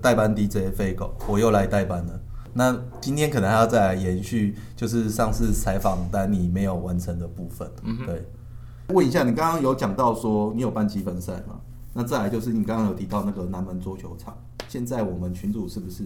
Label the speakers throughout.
Speaker 1: 代班 DJ 废狗，我又来代班了。那今天可能还要再来延续，就是上次采访丹尼没有完成的部分。嗯，对。问一下，你刚刚有讲到说你有办积分赛吗？那再来就是你刚刚有提到那个南门桌球场，现在我们群主是不是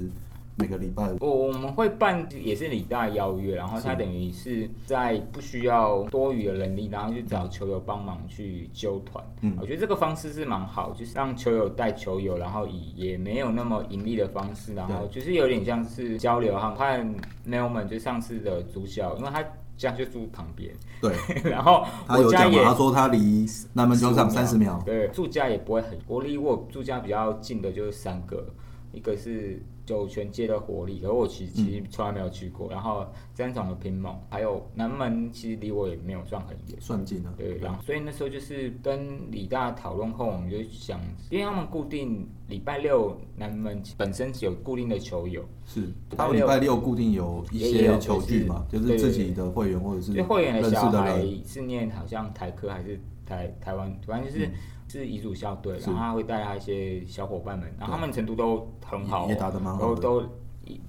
Speaker 1: 每个礼拜
Speaker 2: 我我们会办也是礼拜邀约，然后他等于是在不需要多余的人力，然后去找球友帮忙去揪团。
Speaker 1: 嗯
Speaker 2: 我觉得这个方式是蛮好，就是让球友带球友，然后以也没有那么盈利的方式，然后就是有点像是交流哈。我看 n e l m a n 就上次的主角，因为他家就住旁边，
Speaker 1: 对？
Speaker 2: 然后
Speaker 1: 他
Speaker 2: 我
Speaker 1: 有
Speaker 2: 家
Speaker 1: 讲
Speaker 2: 也
Speaker 1: 嘛？他说他离南门球场三十秒。
Speaker 2: 对，住家也不会很，我离我住家比较近的就是三个，一个是酒泉街的活力，可我其实其实从来没有去过，然后三重的平盟，还有南门，其实离我也没有算很远。
Speaker 1: 算近了，
Speaker 2: 对，然后所以那时候就是跟李大讨论后，我们就想，因为他们固定礼拜六南门本身有固定的球友，
Speaker 1: 是他们礼拜六固定有一
Speaker 2: 也有
Speaker 1: 些球具嘛，就
Speaker 2: 就是
Speaker 1: 是
Speaker 2: 对对
Speaker 1: 自
Speaker 2: 对
Speaker 1: 己的会员或者是
Speaker 2: 所以会员
Speaker 1: 认
Speaker 2: 的
Speaker 1: 识
Speaker 2: 小
Speaker 1: 的
Speaker 2: 孩
Speaker 1: 人，
Speaker 2: 是念好像台科还是台台湾，反正就是、
Speaker 1: 嗯
Speaker 2: 是乙组校队，然后他会带他一些小伙伴们，然后他们程度都很好哦、
Speaker 1: 也也打得蛮好的
Speaker 2: 都都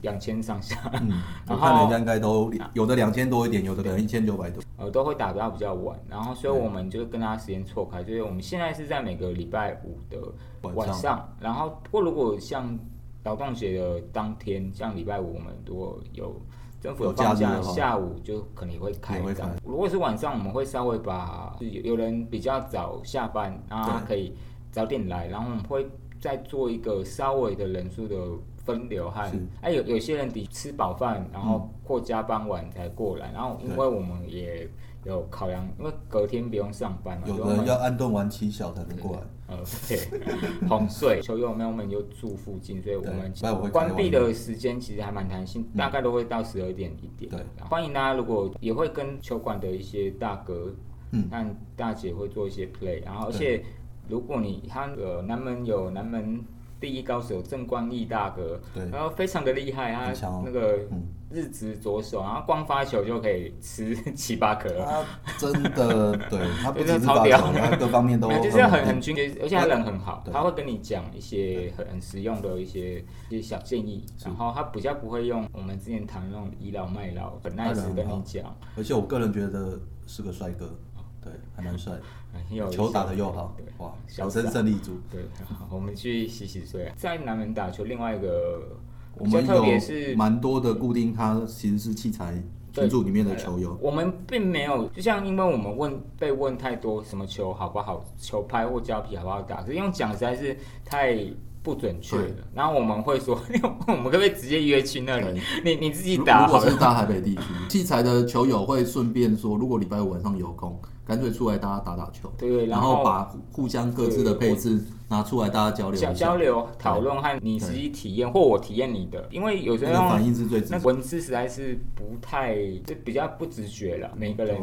Speaker 2: 两千上下，
Speaker 1: 嗯，我
Speaker 2: 然
Speaker 1: 看人
Speaker 2: 后啊
Speaker 1: 家应该都有的两千多一点，有的可能一千九百多，
Speaker 2: 呃都会打到比较晚，然后所以我们就跟他时间错开，就是我们现在是在每个礼拜五的
Speaker 1: 晚
Speaker 2: 晚
Speaker 1: 上
Speaker 2: 上，然后不过如果像劳动节的当天，像礼拜五我们如果有政府
Speaker 1: 有
Speaker 2: 有
Speaker 1: 假
Speaker 2: 放
Speaker 1: 日
Speaker 2: 假，
Speaker 1: 的话
Speaker 2: 下午就可能也会开
Speaker 1: 也会
Speaker 2: 档
Speaker 1: 开
Speaker 2: 如果是晚上，我们会稍微把有有人比较早下班，然后他可以早点来，然后我们会再做一个稍微的人数的分流和
Speaker 1: 是，
Speaker 2: 哎、有有些人得吃饱饭，
Speaker 1: 嗯
Speaker 2: 然后或加班晚才过来，然后因为我们也有考量，因为隔天不用上班嘛，
Speaker 1: 有
Speaker 2: 所以我
Speaker 1: 的
Speaker 2: 们
Speaker 1: 要安顿完七小才能过来。
Speaker 2: 呃，对， 哄睡。球友们，我们就住附近，所以我
Speaker 1: 对
Speaker 2: 们
Speaker 1: 那我会开
Speaker 2: 关
Speaker 1: 完
Speaker 2: 闭
Speaker 1: 的
Speaker 2: 的时间其实还蛮弹性，大概都会到十二点一点。
Speaker 1: 对，
Speaker 2: 欢迎大家，如果也会跟球馆的一些大哥、
Speaker 1: 嗯
Speaker 2: 但大姐会做一些 play，然后而
Speaker 1: 对
Speaker 2: 且如果你他呃南门有南门。第一高手郑光义大哥，
Speaker 1: 对
Speaker 2: 然后非常的厉害，
Speaker 1: 很
Speaker 2: 他
Speaker 1: 强哦
Speaker 2: 那个
Speaker 1: 嗯
Speaker 2: 日职左手，然后光发球就可以吃七八颗，
Speaker 1: 他真的，对他不只
Speaker 2: 真的
Speaker 1: 是
Speaker 2: 超
Speaker 1: 打
Speaker 2: 屌
Speaker 1: 球，他各方面都
Speaker 2: 没有就是很
Speaker 1: 稳
Speaker 2: 很
Speaker 1: 定
Speaker 2: 均匀，而且他人很好，
Speaker 1: 对
Speaker 2: 他会跟你讲一些很很实用的一些一些小建议，然后他比较不会用我们之前谈的那种倚老卖老，很
Speaker 1: 他人
Speaker 2: nice
Speaker 1: 很
Speaker 2: 跟
Speaker 1: 好
Speaker 2: 你讲，
Speaker 1: 而且我个人觉得是个帅哥，对，还蛮帅，
Speaker 2: 很有
Speaker 1: 球打得又好
Speaker 2: 对，
Speaker 1: 哇，
Speaker 2: 潇
Speaker 1: 小
Speaker 2: 洒
Speaker 1: 生胜利组。
Speaker 2: 对，好我们去洗洗睡。 在南门打球，另外一个
Speaker 1: 我
Speaker 2: 比较
Speaker 1: 们
Speaker 2: 特别是
Speaker 1: 有蛮多的固定咖，其实是器材群组里面的球友，
Speaker 2: 我们并没有，就像因为我们问被问太多什么球好不好，球拍或胶皮好不好打，可是用讲实在是太不准确了
Speaker 1: 对。
Speaker 2: 然后我们会说， 我们可不可以直接约去那里？你你自己
Speaker 1: 如
Speaker 2: 打
Speaker 1: 如
Speaker 2: 好
Speaker 1: 果
Speaker 2: 了
Speaker 1: 是。大台北地区，器材的球友会顺便说，如果礼拜五晚上有空，干脆出来大家打打球，
Speaker 2: 对
Speaker 1: 然
Speaker 2: 然后
Speaker 1: 把互相各自的配置拿出来，大家交流
Speaker 2: 交
Speaker 1: 一
Speaker 2: 交
Speaker 1: 下，
Speaker 2: 流、讨论和你实际体验，或我体验你的，因为有时
Speaker 1: 那
Speaker 2: 候
Speaker 1: 个反
Speaker 2: 用
Speaker 1: 应是最直
Speaker 2: 那
Speaker 1: 接，
Speaker 2: 文字实在是不太，就比较不直觉了，每个人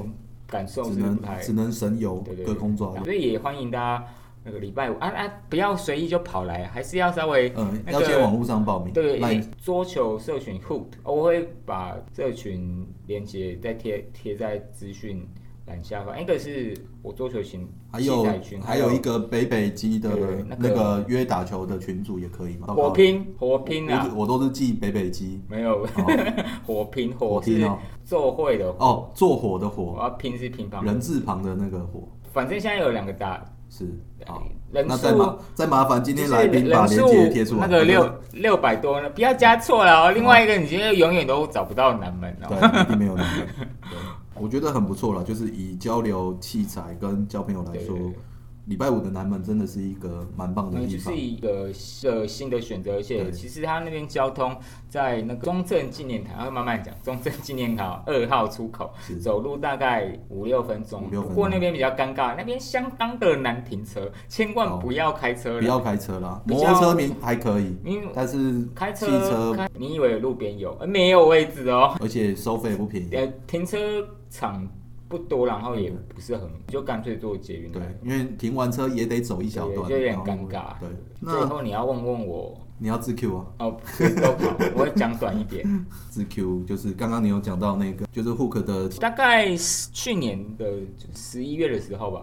Speaker 2: 感受
Speaker 1: 只
Speaker 2: 是
Speaker 1: 能
Speaker 2: 不太
Speaker 1: 只能神游
Speaker 2: 对对
Speaker 1: 隔
Speaker 2: 对
Speaker 1: 空抓。
Speaker 2: 所以也欢迎大家那个礼拜五啊啊，不要随意就跑来，还是要稍微
Speaker 1: 嗯，
Speaker 2: 那
Speaker 1: 要先网
Speaker 2: 个。
Speaker 1: 络上报名，
Speaker 2: 对，
Speaker 1: 赖
Speaker 2: 诶桌球社群 Hook，我会把社群连接再贴贴在资讯栏下方。一个是我桌球群，
Speaker 1: 还有
Speaker 2: 器材群，
Speaker 1: 还有一个北北基的
Speaker 2: 对那
Speaker 1: 那
Speaker 2: 个
Speaker 1: 个约打球的群组也可以嘛。
Speaker 2: 火拼火拼啊，
Speaker 1: 我我都是记北北基
Speaker 2: 没有 火拼火
Speaker 1: 火拼
Speaker 2: 是
Speaker 1: 哦
Speaker 2: 做会的火，
Speaker 1: 哦，做火的
Speaker 2: 我
Speaker 1: 火，
Speaker 2: 要拼是乒乓，
Speaker 1: 人字旁的那个火
Speaker 2: 反正现在有两个打，呃
Speaker 1: 是好。
Speaker 2: 人
Speaker 1: 哦那
Speaker 2: 数
Speaker 1: 再麻再麻烦今
Speaker 2: 就
Speaker 1: 天
Speaker 2: 是
Speaker 1: 来宾把
Speaker 2: 人
Speaker 1: 链
Speaker 2: 数
Speaker 1: 接贴出来。
Speaker 2: 那个六六百多呢，不要加错了哦。另外一个，你今天永远都找不到南门哦。
Speaker 1: 对，一定没有两个。 对，我觉得很不错了，就是以交流器材跟交朋友来说
Speaker 2: 对对对，
Speaker 1: 礼拜五的南门真的是一个蛮棒的
Speaker 2: 那
Speaker 1: 地
Speaker 2: 就
Speaker 1: 方
Speaker 2: 是。一个呃新的选择，而且
Speaker 1: 对
Speaker 2: 其实他那边交通在那个中正纪念堂，要慢慢讲，中正纪念堂二号出口
Speaker 1: 是，
Speaker 2: 走路大概五六分钟。
Speaker 1: 五六分钟
Speaker 2: 不过那边比较尴尬，那边相当的难停车，千
Speaker 1: 哦
Speaker 2: 万不要开车了。
Speaker 1: 不要开车啦，
Speaker 2: 比
Speaker 1: 摩
Speaker 2: 较
Speaker 1: 托车明还可以
Speaker 2: 因为，
Speaker 1: 但是
Speaker 2: 开
Speaker 1: 汽
Speaker 2: 车，
Speaker 1: 车，
Speaker 2: 开你以为路边有，呃没有位置哦。
Speaker 1: 而且收费不便宜。
Speaker 2: 呃，停车场不多，然后也不是很，就干脆坐捷运来
Speaker 1: 对，因为停完车也得走一小段，
Speaker 2: 对就有点
Speaker 1: 然后
Speaker 2: 尴尬
Speaker 1: 对，
Speaker 2: 最
Speaker 1: 那
Speaker 2: 后你要问问我，
Speaker 1: 你要自 Q 啊，
Speaker 2: 哦，都好，我会讲短一点。
Speaker 1: 自 Q 就是刚刚你有讲到那个，就是 Hook 的
Speaker 2: 大概是去年的十一月的时候吧，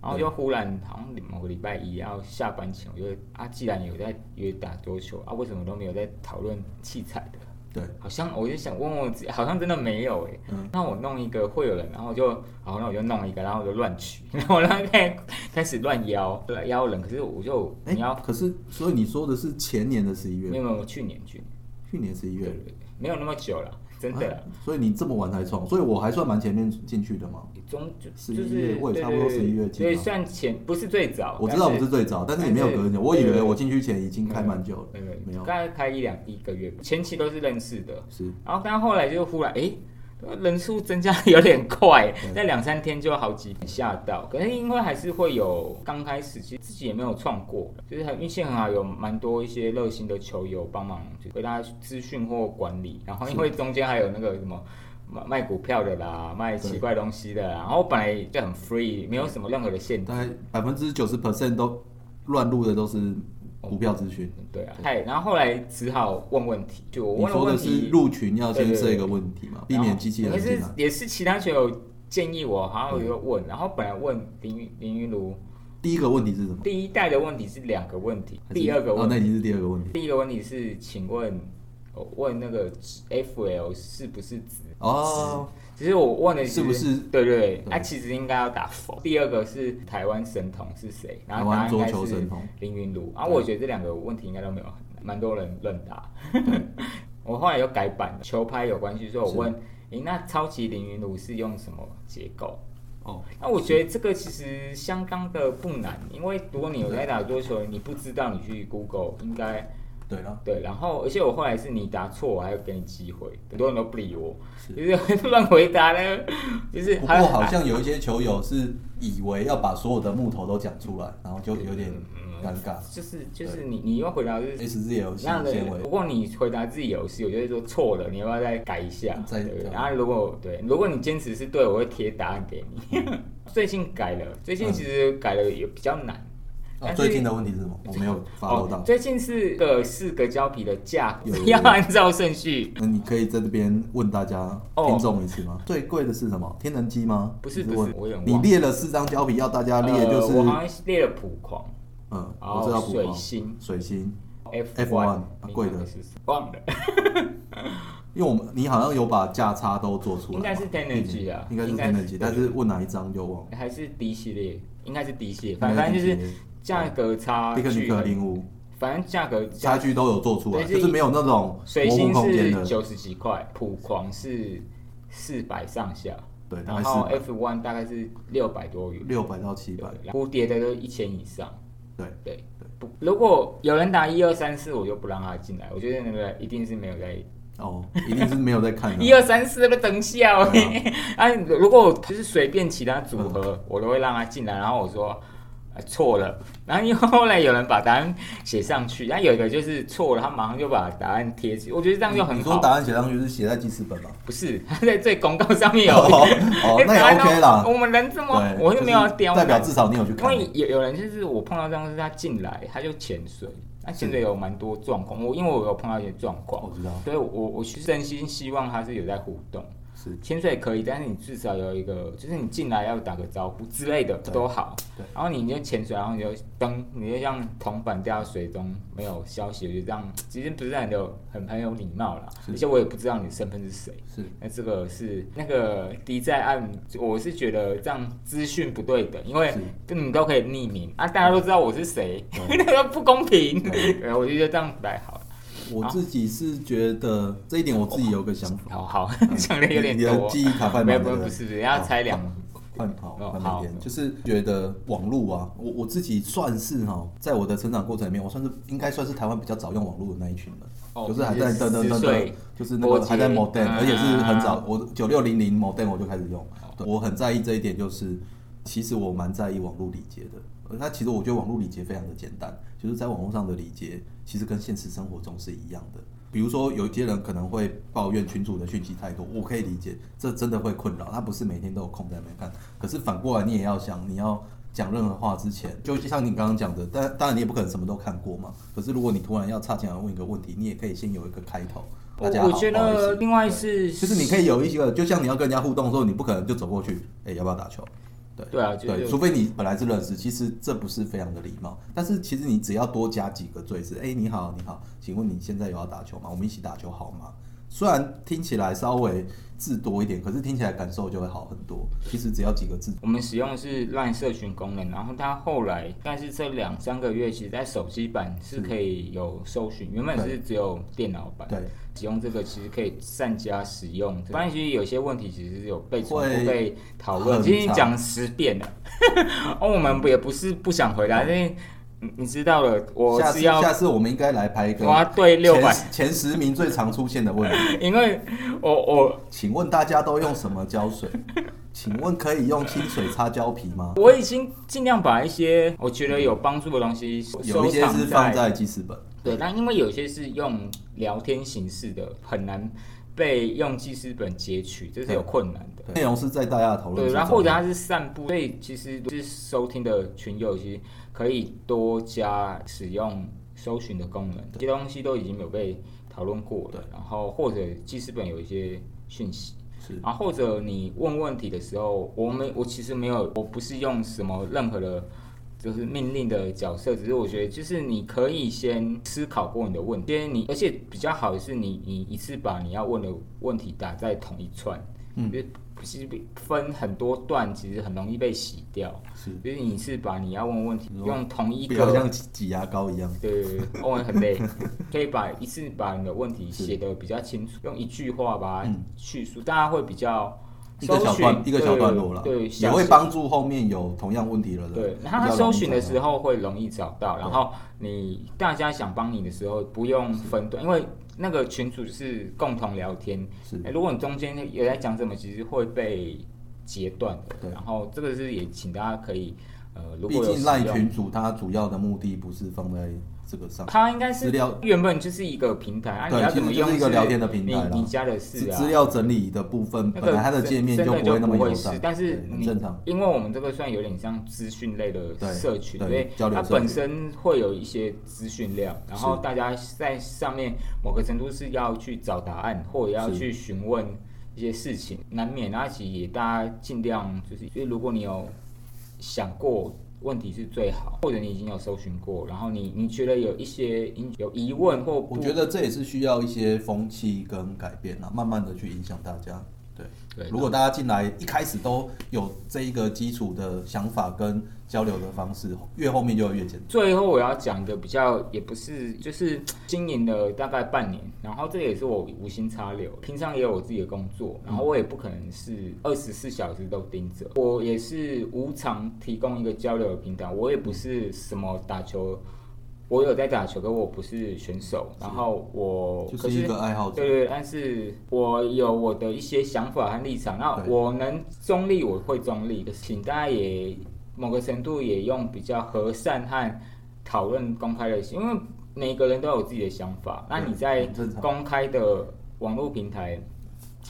Speaker 2: 然后就忽然好像某个礼拜一要下班前，我就啊，既然有在约打桌球啊，为什么都没有在讨论器材的？
Speaker 1: 对，
Speaker 2: 好像我就想问问我自己，好像真的没有哎、
Speaker 1: 嗯
Speaker 2: 那我弄一个会有人，然后我就好，那我就弄一个，然后我就乱取， 然后我让开开始乱邀邀人，可是我就
Speaker 1: 哎、
Speaker 2: 你要
Speaker 1: 可是所以你说的是前年的十一
Speaker 2: 没
Speaker 1: 月，
Speaker 2: 有没有去年去年
Speaker 1: 去年十一
Speaker 2: 对
Speaker 1: 月，
Speaker 2: 对对，没有那么久了，真的啦。
Speaker 1: 啊所以你这么晚才创，所以我还算蛮前面进去的嘛。
Speaker 2: 中就
Speaker 1: 11
Speaker 2: 就是
Speaker 1: 月我也
Speaker 2: 对
Speaker 1: 差不多
Speaker 2: 对
Speaker 1: 11月
Speaker 2: 对
Speaker 1: 进
Speaker 2: 所以
Speaker 1: 啊
Speaker 2: 算前不是最早，
Speaker 1: 我知道
Speaker 2: 但
Speaker 1: 不是最早，但是也没有隔很久。我以为我进去前已经开蛮久了，
Speaker 2: 对对
Speaker 1: 没有
Speaker 2: 大概开一两一个月吧，前期都是认识的，
Speaker 1: 是
Speaker 2: 然后但后来就忽然哎。诶人数增加得有点快
Speaker 1: 对，
Speaker 2: 在两三天就好几吓到。可是因为还是会有刚开始，其实自己也没有创过，就是很运气很好，有蛮多一些热心的球友帮忙就为大家资讯或管理。然后因为中间还有那个什么卖卖股票的啦，卖奇怪东西的啦，然后本来就很 free，没有什么任何的限制。
Speaker 1: 大概百分之九十 percent 都乱入的都是股票资讯。
Speaker 2: 对啊，嗨，然后后来只好问问题，就我
Speaker 1: 你
Speaker 2: 问了
Speaker 1: 说
Speaker 2: 问
Speaker 1: 的
Speaker 2: 题
Speaker 1: 是，入群要先
Speaker 2: 对对
Speaker 1: 设一
Speaker 2: 对
Speaker 1: 个问题嘛，避
Speaker 2: 然后
Speaker 1: 免机器人
Speaker 2: 可
Speaker 1: 进
Speaker 2: 是
Speaker 1: 来。
Speaker 2: 也是其他学友建议我，好像有一个问，然后本来问林玉林玉如
Speaker 1: 第一个问题是什么？
Speaker 2: 第一代的问题是两个问题，
Speaker 1: 还是
Speaker 2: 第二个
Speaker 1: 哦，
Speaker 2: 问
Speaker 1: 那
Speaker 2: 题，
Speaker 1: 已经是第二个问题。
Speaker 2: 第一个问题是请问。我问那个 FL 是不是直？
Speaker 1: 哦，
Speaker 2: 其实我问的
Speaker 1: 是不是嗯
Speaker 2: 对对对，
Speaker 1: 对
Speaker 2: 啊，其实应该要打否。第二个是台湾神童是谁？然
Speaker 1: 台
Speaker 2: 后答
Speaker 1: 湾
Speaker 2: 案应
Speaker 1: 桌
Speaker 2: 该
Speaker 1: 球
Speaker 2: 是
Speaker 1: 神童，
Speaker 2: 凌云路啊，
Speaker 1: 对
Speaker 2: 我觉得这两个问题应该都没有很难，蛮多人 乱答。我后来又改版了，球拍有关系，所以我
Speaker 1: 是
Speaker 2: 问，诶、那超级凌云炉是用什么结构？
Speaker 1: 哦，
Speaker 2: 那我觉得这个其实相当的不难，因为如果你有在打桌球，你不知道，你去 Google 应该
Speaker 1: 对了，
Speaker 2: 对。然后，而且我后来是你答错，我还要给你机会，很多人都不理我，就是乱回答 呢，就是
Speaker 1: 不
Speaker 2: 还
Speaker 1: 过好像有一些球友是以为要把所有的木头都讲出来，然后就有点尴尬。
Speaker 2: 啊就是就是你你又回答就是
Speaker 1: S Z L
Speaker 2: 那
Speaker 1: 先
Speaker 2: 个
Speaker 1: 先为
Speaker 2: 如果你回答自己游戏，我就会说错了，你要不要再改一下？
Speaker 1: 再
Speaker 2: 对
Speaker 1: 对
Speaker 2: 然后如果对，如果你坚持是对，我会贴答案给你。 最近改了，最
Speaker 1: 嗯
Speaker 2: 近其实改了也比较难。但
Speaker 1: 哦，
Speaker 2: 是
Speaker 1: 最近的问题是什么？我没有发漏到。
Speaker 2: 最近是个四个胶皮的价格
Speaker 1: 有有有
Speaker 2: 要按照顺序，
Speaker 1: 那你可以在这边问大家
Speaker 2: 哦
Speaker 1: 听众一次吗？最贵的是什么？天能机吗？
Speaker 2: 不是
Speaker 1: 你问
Speaker 2: 不是我有点
Speaker 1: 你
Speaker 2: 忘
Speaker 1: 列了四张胶皮，要大家列就
Speaker 2: 呃、我
Speaker 1: 是
Speaker 2: 好像列了普狂
Speaker 1: 嗯，
Speaker 2: 然后
Speaker 1: 我知道补
Speaker 2: 水
Speaker 1: 光
Speaker 2: 星
Speaker 1: 水星，
Speaker 2: F1,
Speaker 1: F1 嗯啊贵的
Speaker 2: 是什么忘了，
Speaker 1: 因为我们你好像有把价差都做出来嘛，
Speaker 2: 应该是 Tenergy 啊
Speaker 1: 应该是
Speaker 2: 应该是
Speaker 1: Tenergy，但是问哪一张就忘了。
Speaker 2: 还是 D 系列，应该是 D 系列，
Speaker 1: 应
Speaker 2: 反
Speaker 1: 该
Speaker 2: 正
Speaker 1: 是
Speaker 2: 就
Speaker 1: D 系列
Speaker 2: 是价格差
Speaker 1: 迪克尼
Speaker 2: 距
Speaker 1: 克
Speaker 2: 很，
Speaker 1: 零五
Speaker 2: 反正价格
Speaker 1: 差距都有做出来，就
Speaker 2: 对就是
Speaker 1: 是没有那种
Speaker 2: 水
Speaker 1: 模糊
Speaker 2: 星
Speaker 1: 空间
Speaker 2: 是
Speaker 1: 的。
Speaker 2: 九十几块，普狂是四百上下，
Speaker 1: 对，大
Speaker 2: 然
Speaker 1: 概
Speaker 2: 后
Speaker 1: 是
Speaker 2: F one 大概是六百多元，
Speaker 1: 六百到七百。
Speaker 2: 蝴蝶的都一千以上。
Speaker 1: 对，
Speaker 2: 对，不，如果有人打一二三四，我就不让他进来。我觉得那个一定是没有在
Speaker 1: 哦，一定是没有在看的。
Speaker 2: 一二三四的等笑
Speaker 1: 对
Speaker 2: 欸。 啊，如果我就是随便其他组合，我都会让他进来。然后我说。呃错了，然后因为后来有人把答案写上去，然后有一个就是错了，他马上就把答案贴起，我觉得这样就
Speaker 1: 你
Speaker 2: 很
Speaker 1: 说
Speaker 2: 好。
Speaker 1: 答案写上去是写在记事本吗？
Speaker 2: 不是， 他在最公告 上面有。哎
Speaker 1: 哦 哦，那
Speaker 2: 答案
Speaker 1: 也 OK 啦
Speaker 2: 都。我们人这么，
Speaker 1: 对，
Speaker 2: 我是没有要
Speaker 1: 就
Speaker 2: 刁
Speaker 1: 代
Speaker 2: 难
Speaker 1: 表至少你有去
Speaker 2: 因
Speaker 1: 看。
Speaker 2: 为有有人就是我碰到这样，是他进来他就潜水，那潜水有蛮多状况，我因为我有碰到一些状况，
Speaker 1: 我知道，
Speaker 2: 所以我我是真心希望他是有在互动。
Speaker 1: 是
Speaker 2: 潜水可以，但是你至少有一个，就是你进来要打个招呼之类的
Speaker 1: 对
Speaker 2: 都好
Speaker 1: 对。
Speaker 2: 然后你就潜水，然后你就灯，你就像铜板掉到水中没有消息，我觉得这样其实不是很有很很有礼貌啦。
Speaker 1: 是
Speaker 2: 而且我也不知道你的身份是谁。
Speaker 1: 是，
Speaker 2: 那这个是那个敌在案，我是觉得这样资讯不对等，因为
Speaker 1: 是
Speaker 2: 你们都可以匿名啊，大家都知道我是谁， 那个不公平。
Speaker 1: 对
Speaker 2: 对，我就觉得这样不太好。
Speaker 1: 我自己是觉得这一点，我自己有个想法。
Speaker 2: 好好， 讲的有点
Speaker 1: 嗯你的
Speaker 2: 多。
Speaker 1: 记忆卡快
Speaker 2: 没有
Speaker 1: 满
Speaker 2: 没
Speaker 1: 了对
Speaker 2: 有，不
Speaker 1: 对
Speaker 2: 是不是，要
Speaker 1: 好
Speaker 2: 猜两。
Speaker 1: 快跑
Speaker 2: 哦
Speaker 1: 快
Speaker 2: 好
Speaker 1: 慢点，就是觉得网络啊，我我自己算是哈、在我的成长过程里面，我算是应该算是台湾比较早用网络的那一群人，
Speaker 2: 哦
Speaker 1: 就是还在
Speaker 2: 就是
Speaker 1: 噔噔噔
Speaker 2: 10
Speaker 1: 噔
Speaker 2: 岁，
Speaker 1: 就是那个还在
Speaker 2: 拨接
Speaker 1: modem，、
Speaker 2: 啊
Speaker 1: 而且是很早，我九六零零 modem 我就开始用，对我很在意这一点，就是其实我蛮在意网络礼节的。呃那其实我觉得网络礼节非常的简单，就是在网络上的礼节其实跟现实生活中是一样的。比如说，有些人可能会抱怨群主的讯息太多，我可以理解，这真的会困扰。他不是每天都有空在那边看，可是反过来你也要想，你要讲任何话之前，就像你刚刚讲的，但当然你也不可能什么都看过嘛。可是如果你突然要插进来问一个问题，你也可以先有一个开头。大
Speaker 2: 我
Speaker 1: 家好
Speaker 2: 我觉
Speaker 1: 不好意
Speaker 2: 得
Speaker 1: 思
Speaker 2: 另外是
Speaker 1: 就是你可以有一些，就像你要跟人家互动的时候，你不可能就走过去，哎、要不要打球？对
Speaker 2: 对啊就是
Speaker 1: 对，除非你本来是认识，其实这不是非常的礼貌。但是其实你只要多加几个赘字，哎、你好，你好，请问你现在有要打球吗？我们一起打球好吗？虽然听起来稍微字多一点，可是听起来感受就会好很多。其实只要几个字，
Speaker 2: 我们使用的是 LINE 社群功能，然后它后来，但是这两三个月，其实在手机版是可以有搜寻，原本是只有电脑版。
Speaker 1: 对，
Speaker 2: 使用这个其实可以善加使用，不然其实有些问题其实是有被重
Speaker 1: 会
Speaker 2: 复被讨论，
Speaker 1: 很
Speaker 2: 其实
Speaker 1: 长
Speaker 2: 讲十遍了。 哦，我们也不是不想回答，因为你你知道了，我
Speaker 1: 下
Speaker 2: 是
Speaker 1: 次
Speaker 2: 要
Speaker 1: 下次我们应该来拍一个
Speaker 2: 我要对六百，
Speaker 1: 前前十名最常出现的问题。
Speaker 2: 因为我我
Speaker 1: 请问大家都用什么胶水？请问可以用清水擦胶皮吗？
Speaker 2: 我已经尽量把一些我觉得有帮助的东西
Speaker 1: 有
Speaker 2: 收
Speaker 1: 一些
Speaker 2: 藏
Speaker 1: 是放在记事本，
Speaker 2: 对，但因为有些是用聊天形式的，很难被用记事本截取，这是有困难的。
Speaker 1: 内容是在大家的讨论
Speaker 2: 对，
Speaker 1: 之
Speaker 2: 然后或
Speaker 1: 中
Speaker 2: 者。它是散步，所以其实就是收听的群友其实可以多加使用搜寻的功能，这些东西都已经有被讨论过了。然后或者记事本有一些讯息，
Speaker 1: 是
Speaker 2: 然后或者你问问题的时候，我们我其实没有，我不是用什么任何的，就是命令的角色，只是我觉得就是你可以先思考过你的问题，先你而且比较好的是你你一次把你要问的问题打在同一串，
Speaker 1: 嗯
Speaker 2: 就是其实分很多段，其实很容易被洗掉，
Speaker 1: 是，
Speaker 2: 就是你是把你要问的问题
Speaker 1: 你说
Speaker 2: 用同一
Speaker 1: 不要
Speaker 2: 个。
Speaker 1: 像挤挤牙膏一样。
Speaker 2: 对对对，欧文很 累，可以把一次把你的问题写的比较清楚，用一句话把它
Speaker 1: 嗯
Speaker 2: 叙述，大家会比较
Speaker 1: 一个小
Speaker 2: 搜寻
Speaker 1: 段一个小段落了，
Speaker 2: 对，对
Speaker 1: 也
Speaker 2: 详
Speaker 1: 会
Speaker 2: 细
Speaker 1: 帮助后面有同样问题的人。
Speaker 2: 对，然后他
Speaker 1: 比较容
Speaker 2: 搜
Speaker 1: 易
Speaker 2: 寻的
Speaker 1: 找
Speaker 2: 时候会容易找到，然后你大家想帮你的时候不用分段，因为那个群主是共同聊天，
Speaker 1: 到是
Speaker 2: 哎如果你中间有在讲什么，其实会被截断的。
Speaker 1: 对
Speaker 2: 然后这个是也请大家可以呃，如
Speaker 1: 毕
Speaker 2: 果有
Speaker 1: 竟
Speaker 2: 使
Speaker 1: 赖
Speaker 2: 用
Speaker 1: 群，主他主要的目的不是放在这个上，
Speaker 2: 它应该是
Speaker 1: 资料
Speaker 2: 原本就是一个平台，啊，你
Speaker 1: 对
Speaker 2: 要
Speaker 1: 其
Speaker 2: 怎
Speaker 1: 实
Speaker 2: 么
Speaker 1: 就是
Speaker 2: 用
Speaker 1: 一个聊天的平台啦
Speaker 2: 你你家的事
Speaker 1: 是
Speaker 2: 啊，
Speaker 1: 资料整理的部分，
Speaker 2: 那
Speaker 1: 本
Speaker 2: 个
Speaker 1: 来它的界面
Speaker 2: 真
Speaker 1: 就
Speaker 2: 真的
Speaker 1: 不
Speaker 2: 就
Speaker 1: 会那么友
Speaker 2: 会
Speaker 1: 善
Speaker 2: 是，，但是
Speaker 1: 对很
Speaker 2: 你
Speaker 1: 正常。
Speaker 2: 因为我们这个算有点像资讯类的
Speaker 1: 对
Speaker 2: 社群，
Speaker 1: 对
Speaker 2: 所以
Speaker 1: 交流
Speaker 2: 它
Speaker 1: 社群
Speaker 2: 本身会有一些资讯量，然后大家在上面某个程度是要去找答案，或者要
Speaker 1: 是
Speaker 2: 去询问一些事情，难免啊，其实也大家尽量就是，因为如果你有想过。问题是最好，或者你已经有搜寻过，然后你你觉得有一些因有疑问或不
Speaker 1: 我觉得这也是需要一些风气跟改变啊，慢慢的去影响大家。对，
Speaker 2: 对
Speaker 1: 如果大家进来一开始都有这一个基础的想法跟交流的方式，越后面就会越简单。
Speaker 2: 最后我要讲一个比较，也不是，就是经营了大概半年，然后这个也是我无心插柳，平常也有我自己的工作，然后我也不可能是二十四小时都盯着，我也是无偿提供一个交流的平台，我也不是什么打球，我有在打球，可我不是选手，然后我
Speaker 1: 就
Speaker 2: 哦可
Speaker 1: 是一个爱好者
Speaker 2: 对对，但是我有我的一些想法和立场，那
Speaker 1: 对
Speaker 2: 我能中立，我会中立，可是请大家也某个程度也用比较和善和讨论公开的心，因为每个人都有自己的想法，那你在
Speaker 1: 很正常
Speaker 2: 公开的网络平台，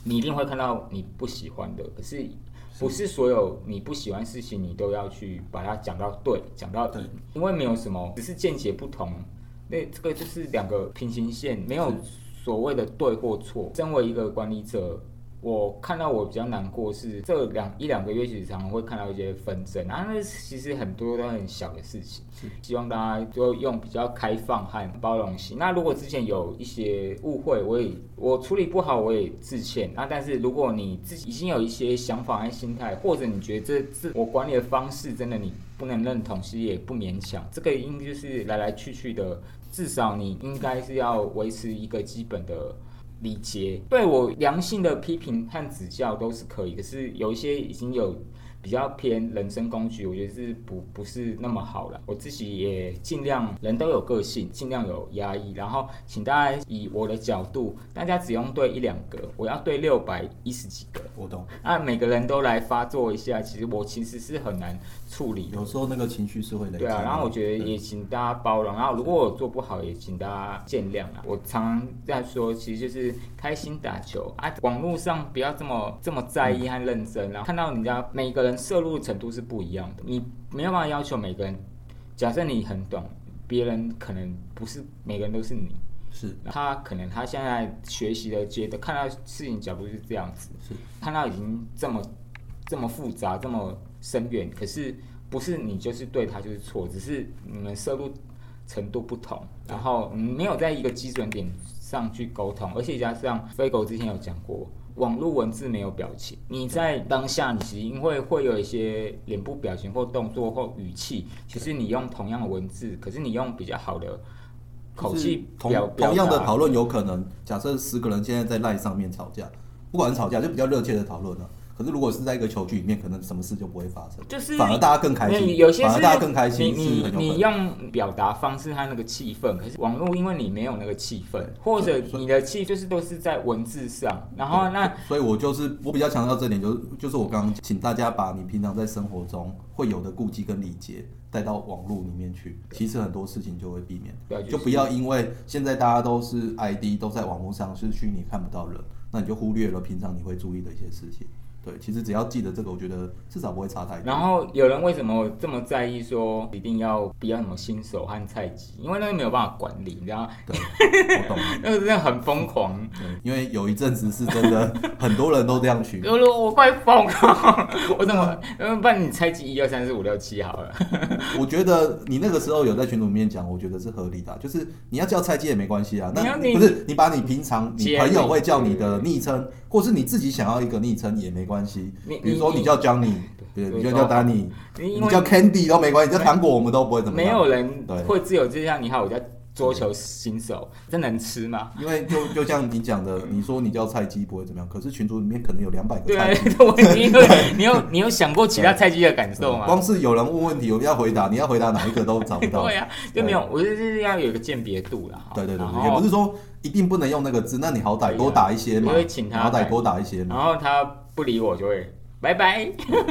Speaker 2: 你一定会看到你不喜欢的，可是。不是所有你不喜欢事情，你都要去把它讲到对，讲到
Speaker 1: 对
Speaker 2: 赢，因为没有什么，只是见解不同，那这个就是两个平行线，没有所谓的对或错。身为一个管理者，我看到我比较难过是这两一两个月，其实常常会看到一些纷争，然后那其实很多都很小的事情。希望大家就用比较开放和包容性。那如果之前有一些误会，我也我处理不好，我也致歉。那但是如果你自己已经有一些想法和心态，或者你觉得这这我管理的方式真的你不能认同，其实也不勉强。这个应就是来来去去的，至少你应该是要维持一个基本的。理解对我良性的批评和指教都是可以，可是有一些已经有比较偏人身攻击，我觉得是不不是那么好了。我自己也尽量，人都有个性，尽量有压抑。然后，请大家以我的角度，大家只用对一两个，我要对六百一十几个。
Speaker 1: 我懂，
Speaker 2: 啊，每个人都来发作一下，其实我其实是很难处理的。
Speaker 1: 有时候那个情绪是会累积的。
Speaker 2: 对啊，然后我觉得
Speaker 1: 对
Speaker 2: 也请大家包容，然啊后如果我做不好，也请大家见谅啊。我常常在说，其实就是开心打球啊，网络上不要这么这么在意和认真，然啊后看到人家每个人摄入程度是不一样的，你没有办法要求每个人。假设你很懂，别人可能不是每个人都是你，
Speaker 1: 是
Speaker 2: 他可能他现在学习的阶段，看到事情角度是这样子，
Speaker 1: 是
Speaker 2: 看到已经这么这么复杂，这么深远，可是不是你就是对它就是错，只是你们摄入程度不同，然后你没有在一个基准点上去沟通，而且加上飞狗之前有讲过。网络文字没有表情，你在当下，你其实因为会有一些脸部表情或动作或语气，其实你用同样的文字，可是你用比较好的口气
Speaker 1: 同
Speaker 2: 表
Speaker 1: 同样的讨
Speaker 2: 论，
Speaker 1: 论有可能，假设十个人现在在赖上面吵架，不管是吵架就比较热切的讨论了。可是如果是在一个球局里面，可能什么事就不会发生，
Speaker 2: 就是
Speaker 1: 反而大家更开
Speaker 2: 那
Speaker 1: 心，
Speaker 2: 有些
Speaker 1: 反
Speaker 2: 是
Speaker 1: 而大家更开心，
Speaker 2: 你
Speaker 1: 是
Speaker 2: 你
Speaker 1: 很有可
Speaker 2: 你
Speaker 1: 能。
Speaker 2: 用表达方式和那个气氛，可是网络因为你没有那个气氛，或者
Speaker 1: 所
Speaker 2: 你的气就是都是在文字上，然后
Speaker 1: 对
Speaker 2: 那
Speaker 1: 所以我就是我比较强调这点，就是就是我刚刚请大家把你平常在生活中会有的顾忌跟礼节带到网络里面去，其实很多事情就会避免，
Speaker 2: 对啊就是
Speaker 1: 就不要因为现在大家都是 ID 都在网络上是虚拟看不到人，那你就忽略了平常你会注意的一些事情。对，其实只要记得这个，我觉得至少不会差太多。
Speaker 2: 然后有人为什么这么在意说一定要不要什么新手和菜鸡？因为那个没有办法管理，你 知道吗？
Speaker 1: 对，我懂了。
Speaker 2: 那个真的很疯狂，
Speaker 1: 对，因为有一阵子是真的 很多人都这样取，
Speaker 2: 我说我快疯了，我怎么？嗯，不然你猜几一二三四五六七好了。
Speaker 1: 我觉得你那个时候有在群组里面讲，我觉得是合理的啊、就是你要叫菜鸡也没关系啊。
Speaker 2: 你
Speaker 1: 那
Speaker 2: 要你
Speaker 1: 不是你把你平常你
Speaker 2: 接
Speaker 1: 朋友
Speaker 2: 力
Speaker 1: 会叫你的昵称，或是你自己想要一个昵称也没关系
Speaker 2: 你。
Speaker 1: 比如说
Speaker 2: 你
Speaker 1: 你叫 Johnny，
Speaker 2: 对
Speaker 1: 对，
Speaker 2: 对
Speaker 1: 你就叫
Speaker 2: 都
Speaker 1: Danny，
Speaker 2: 因
Speaker 1: 你叫 Candy 都没关系，你叫糖果我们都不会怎么
Speaker 2: 没
Speaker 1: 样。
Speaker 2: 有人
Speaker 1: 对
Speaker 2: 会自由之下，你好，我在桌球新手，这能吃吗？
Speaker 1: 因为就就像你讲的，你说你叫菜鸡不会怎么样，可是群组里面可能有两百个
Speaker 2: 对啊
Speaker 1: 菜鸡，，
Speaker 2: 我你有你有你有想过其他菜鸡的感受吗？
Speaker 1: 光是有人问问题，我们要回答，你要回答哪一个都找不到。
Speaker 2: 对啊，就没有，我就是要有一个鉴别度啦。
Speaker 1: 对对对
Speaker 2: 然
Speaker 1: 对，
Speaker 2: 后
Speaker 1: 也不是说一定不能用那个字，那你好
Speaker 2: 对
Speaker 1: 歹
Speaker 2: 啊
Speaker 1: 多打一些嘛，
Speaker 2: 我会请他
Speaker 1: 好
Speaker 2: 改
Speaker 1: 歹多打一些嘛。
Speaker 2: 然后他不理我就会拜拜，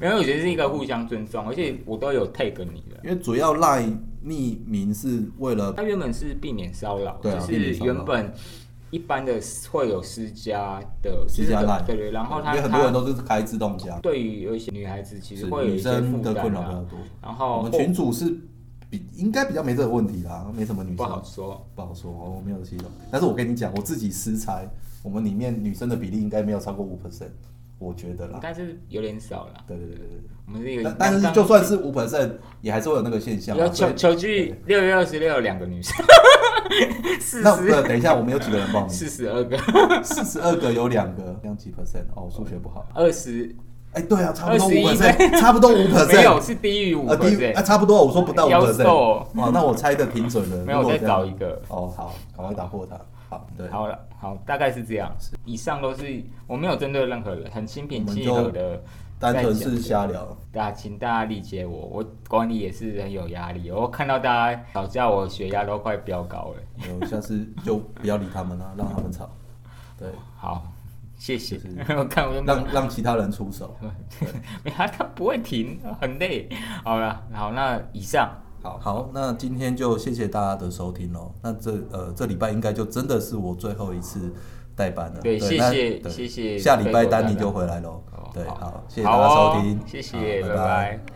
Speaker 2: 没有，我觉得是一个互相尊重，而且我都有 take 你的。
Speaker 1: 因为主要赖匿名是为了
Speaker 2: 他原本是避免骚扰，
Speaker 1: 对啊
Speaker 2: 就
Speaker 1: 避免
Speaker 2: 是
Speaker 1: 骚扰
Speaker 2: 原本一般的会有私家的
Speaker 1: 私家赖，
Speaker 2: 对对，然后他
Speaker 1: 呃因为很多人
Speaker 2: 他
Speaker 1: 都是开自动加，
Speaker 2: 对于有一些女孩子其实
Speaker 1: 是
Speaker 2: 会有
Speaker 1: 女
Speaker 2: 一些
Speaker 1: 生
Speaker 2: 负
Speaker 1: 的困扰
Speaker 2: 担
Speaker 1: 比较
Speaker 2: 啊，
Speaker 1: 多。
Speaker 2: 然
Speaker 1: 我
Speaker 2: 后
Speaker 1: 们群主是比应该比较没这个问题啦，没什么女
Speaker 2: 不好
Speaker 1: 生
Speaker 2: 说，
Speaker 1: 不好说，我没有这系统。但是我跟你讲，我自己私猜，我们里面女生的比例应该没有超过五 percent，我觉得啦。
Speaker 2: 但是有点少了。
Speaker 1: 对对对对对，
Speaker 2: 我们是一个
Speaker 1: 但，但是就算是五 percent，也还是会有那个现象啊。
Speaker 2: 有
Speaker 1: 所以
Speaker 2: 球球具六月二十六两个女生，四
Speaker 1: 那
Speaker 2: 十
Speaker 1: 对，等一下，我们有几个人报名？
Speaker 2: 四十二个，
Speaker 1: 四十二个有两个，这样几 percent？哦，数学不好。
Speaker 2: 二十
Speaker 1: 哎、对啊，差不多五
Speaker 2: 21
Speaker 1: percent，差不多 五 percent。
Speaker 2: 没有是低于五
Speaker 1: 呃，低
Speaker 2: percent
Speaker 1: 啊，。差不多，我说不到五
Speaker 2: 妖
Speaker 1: percent。
Speaker 2: 兽
Speaker 1: 哇，那我猜的挺准的。
Speaker 2: 没有，
Speaker 1: 如
Speaker 2: 我
Speaker 1: 果
Speaker 2: 再
Speaker 1: 这
Speaker 2: 找
Speaker 1: 样
Speaker 2: 一个。
Speaker 1: 哦，好，赶快打破它。好，对，
Speaker 2: 好了，好，大概是这样。以上都是我没有针对任何人，很心平气和的。
Speaker 1: 单纯是瞎聊。
Speaker 2: 大家请大家理解我，我管理也是很有压力。我看到大家吵架，我血压都快飙高了。
Speaker 1: 我下次就不要理他们了，让他们吵。对，
Speaker 2: 好，谢谢
Speaker 1: 就。
Speaker 2: 我看我就
Speaker 1: 让让其他人出手。
Speaker 2: 没他，他不会停，很累。好了，好，那以上
Speaker 1: 好好，那今天就谢谢大家的收听喽。那这呃这礼拜应该就真的是我最后一次代班了。
Speaker 2: 对谢
Speaker 1: 那
Speaker 2: 谢
Speaker 1: 对
Speaker 2: 谢谢
Speaker 1: 下礼
Speaker 2: 贝
Speaker 1: 拜
Speaker 2: 果大
Speaker 1: 丹尼
Speaker 2: 哥
Speaker 1: 就回来喽
Speaker 2: 哦。
Speaker 1: 对，
Speaker 2: 好
Speaker 1: 好，谢谢大家收
Speaker 2: 哦
Speaker 1: 听，
Speaker 2: 谢谢，
Speaker 1: 好
Speaker 2: 拜
Speaker 1: 拜
Speaker 2: 拜。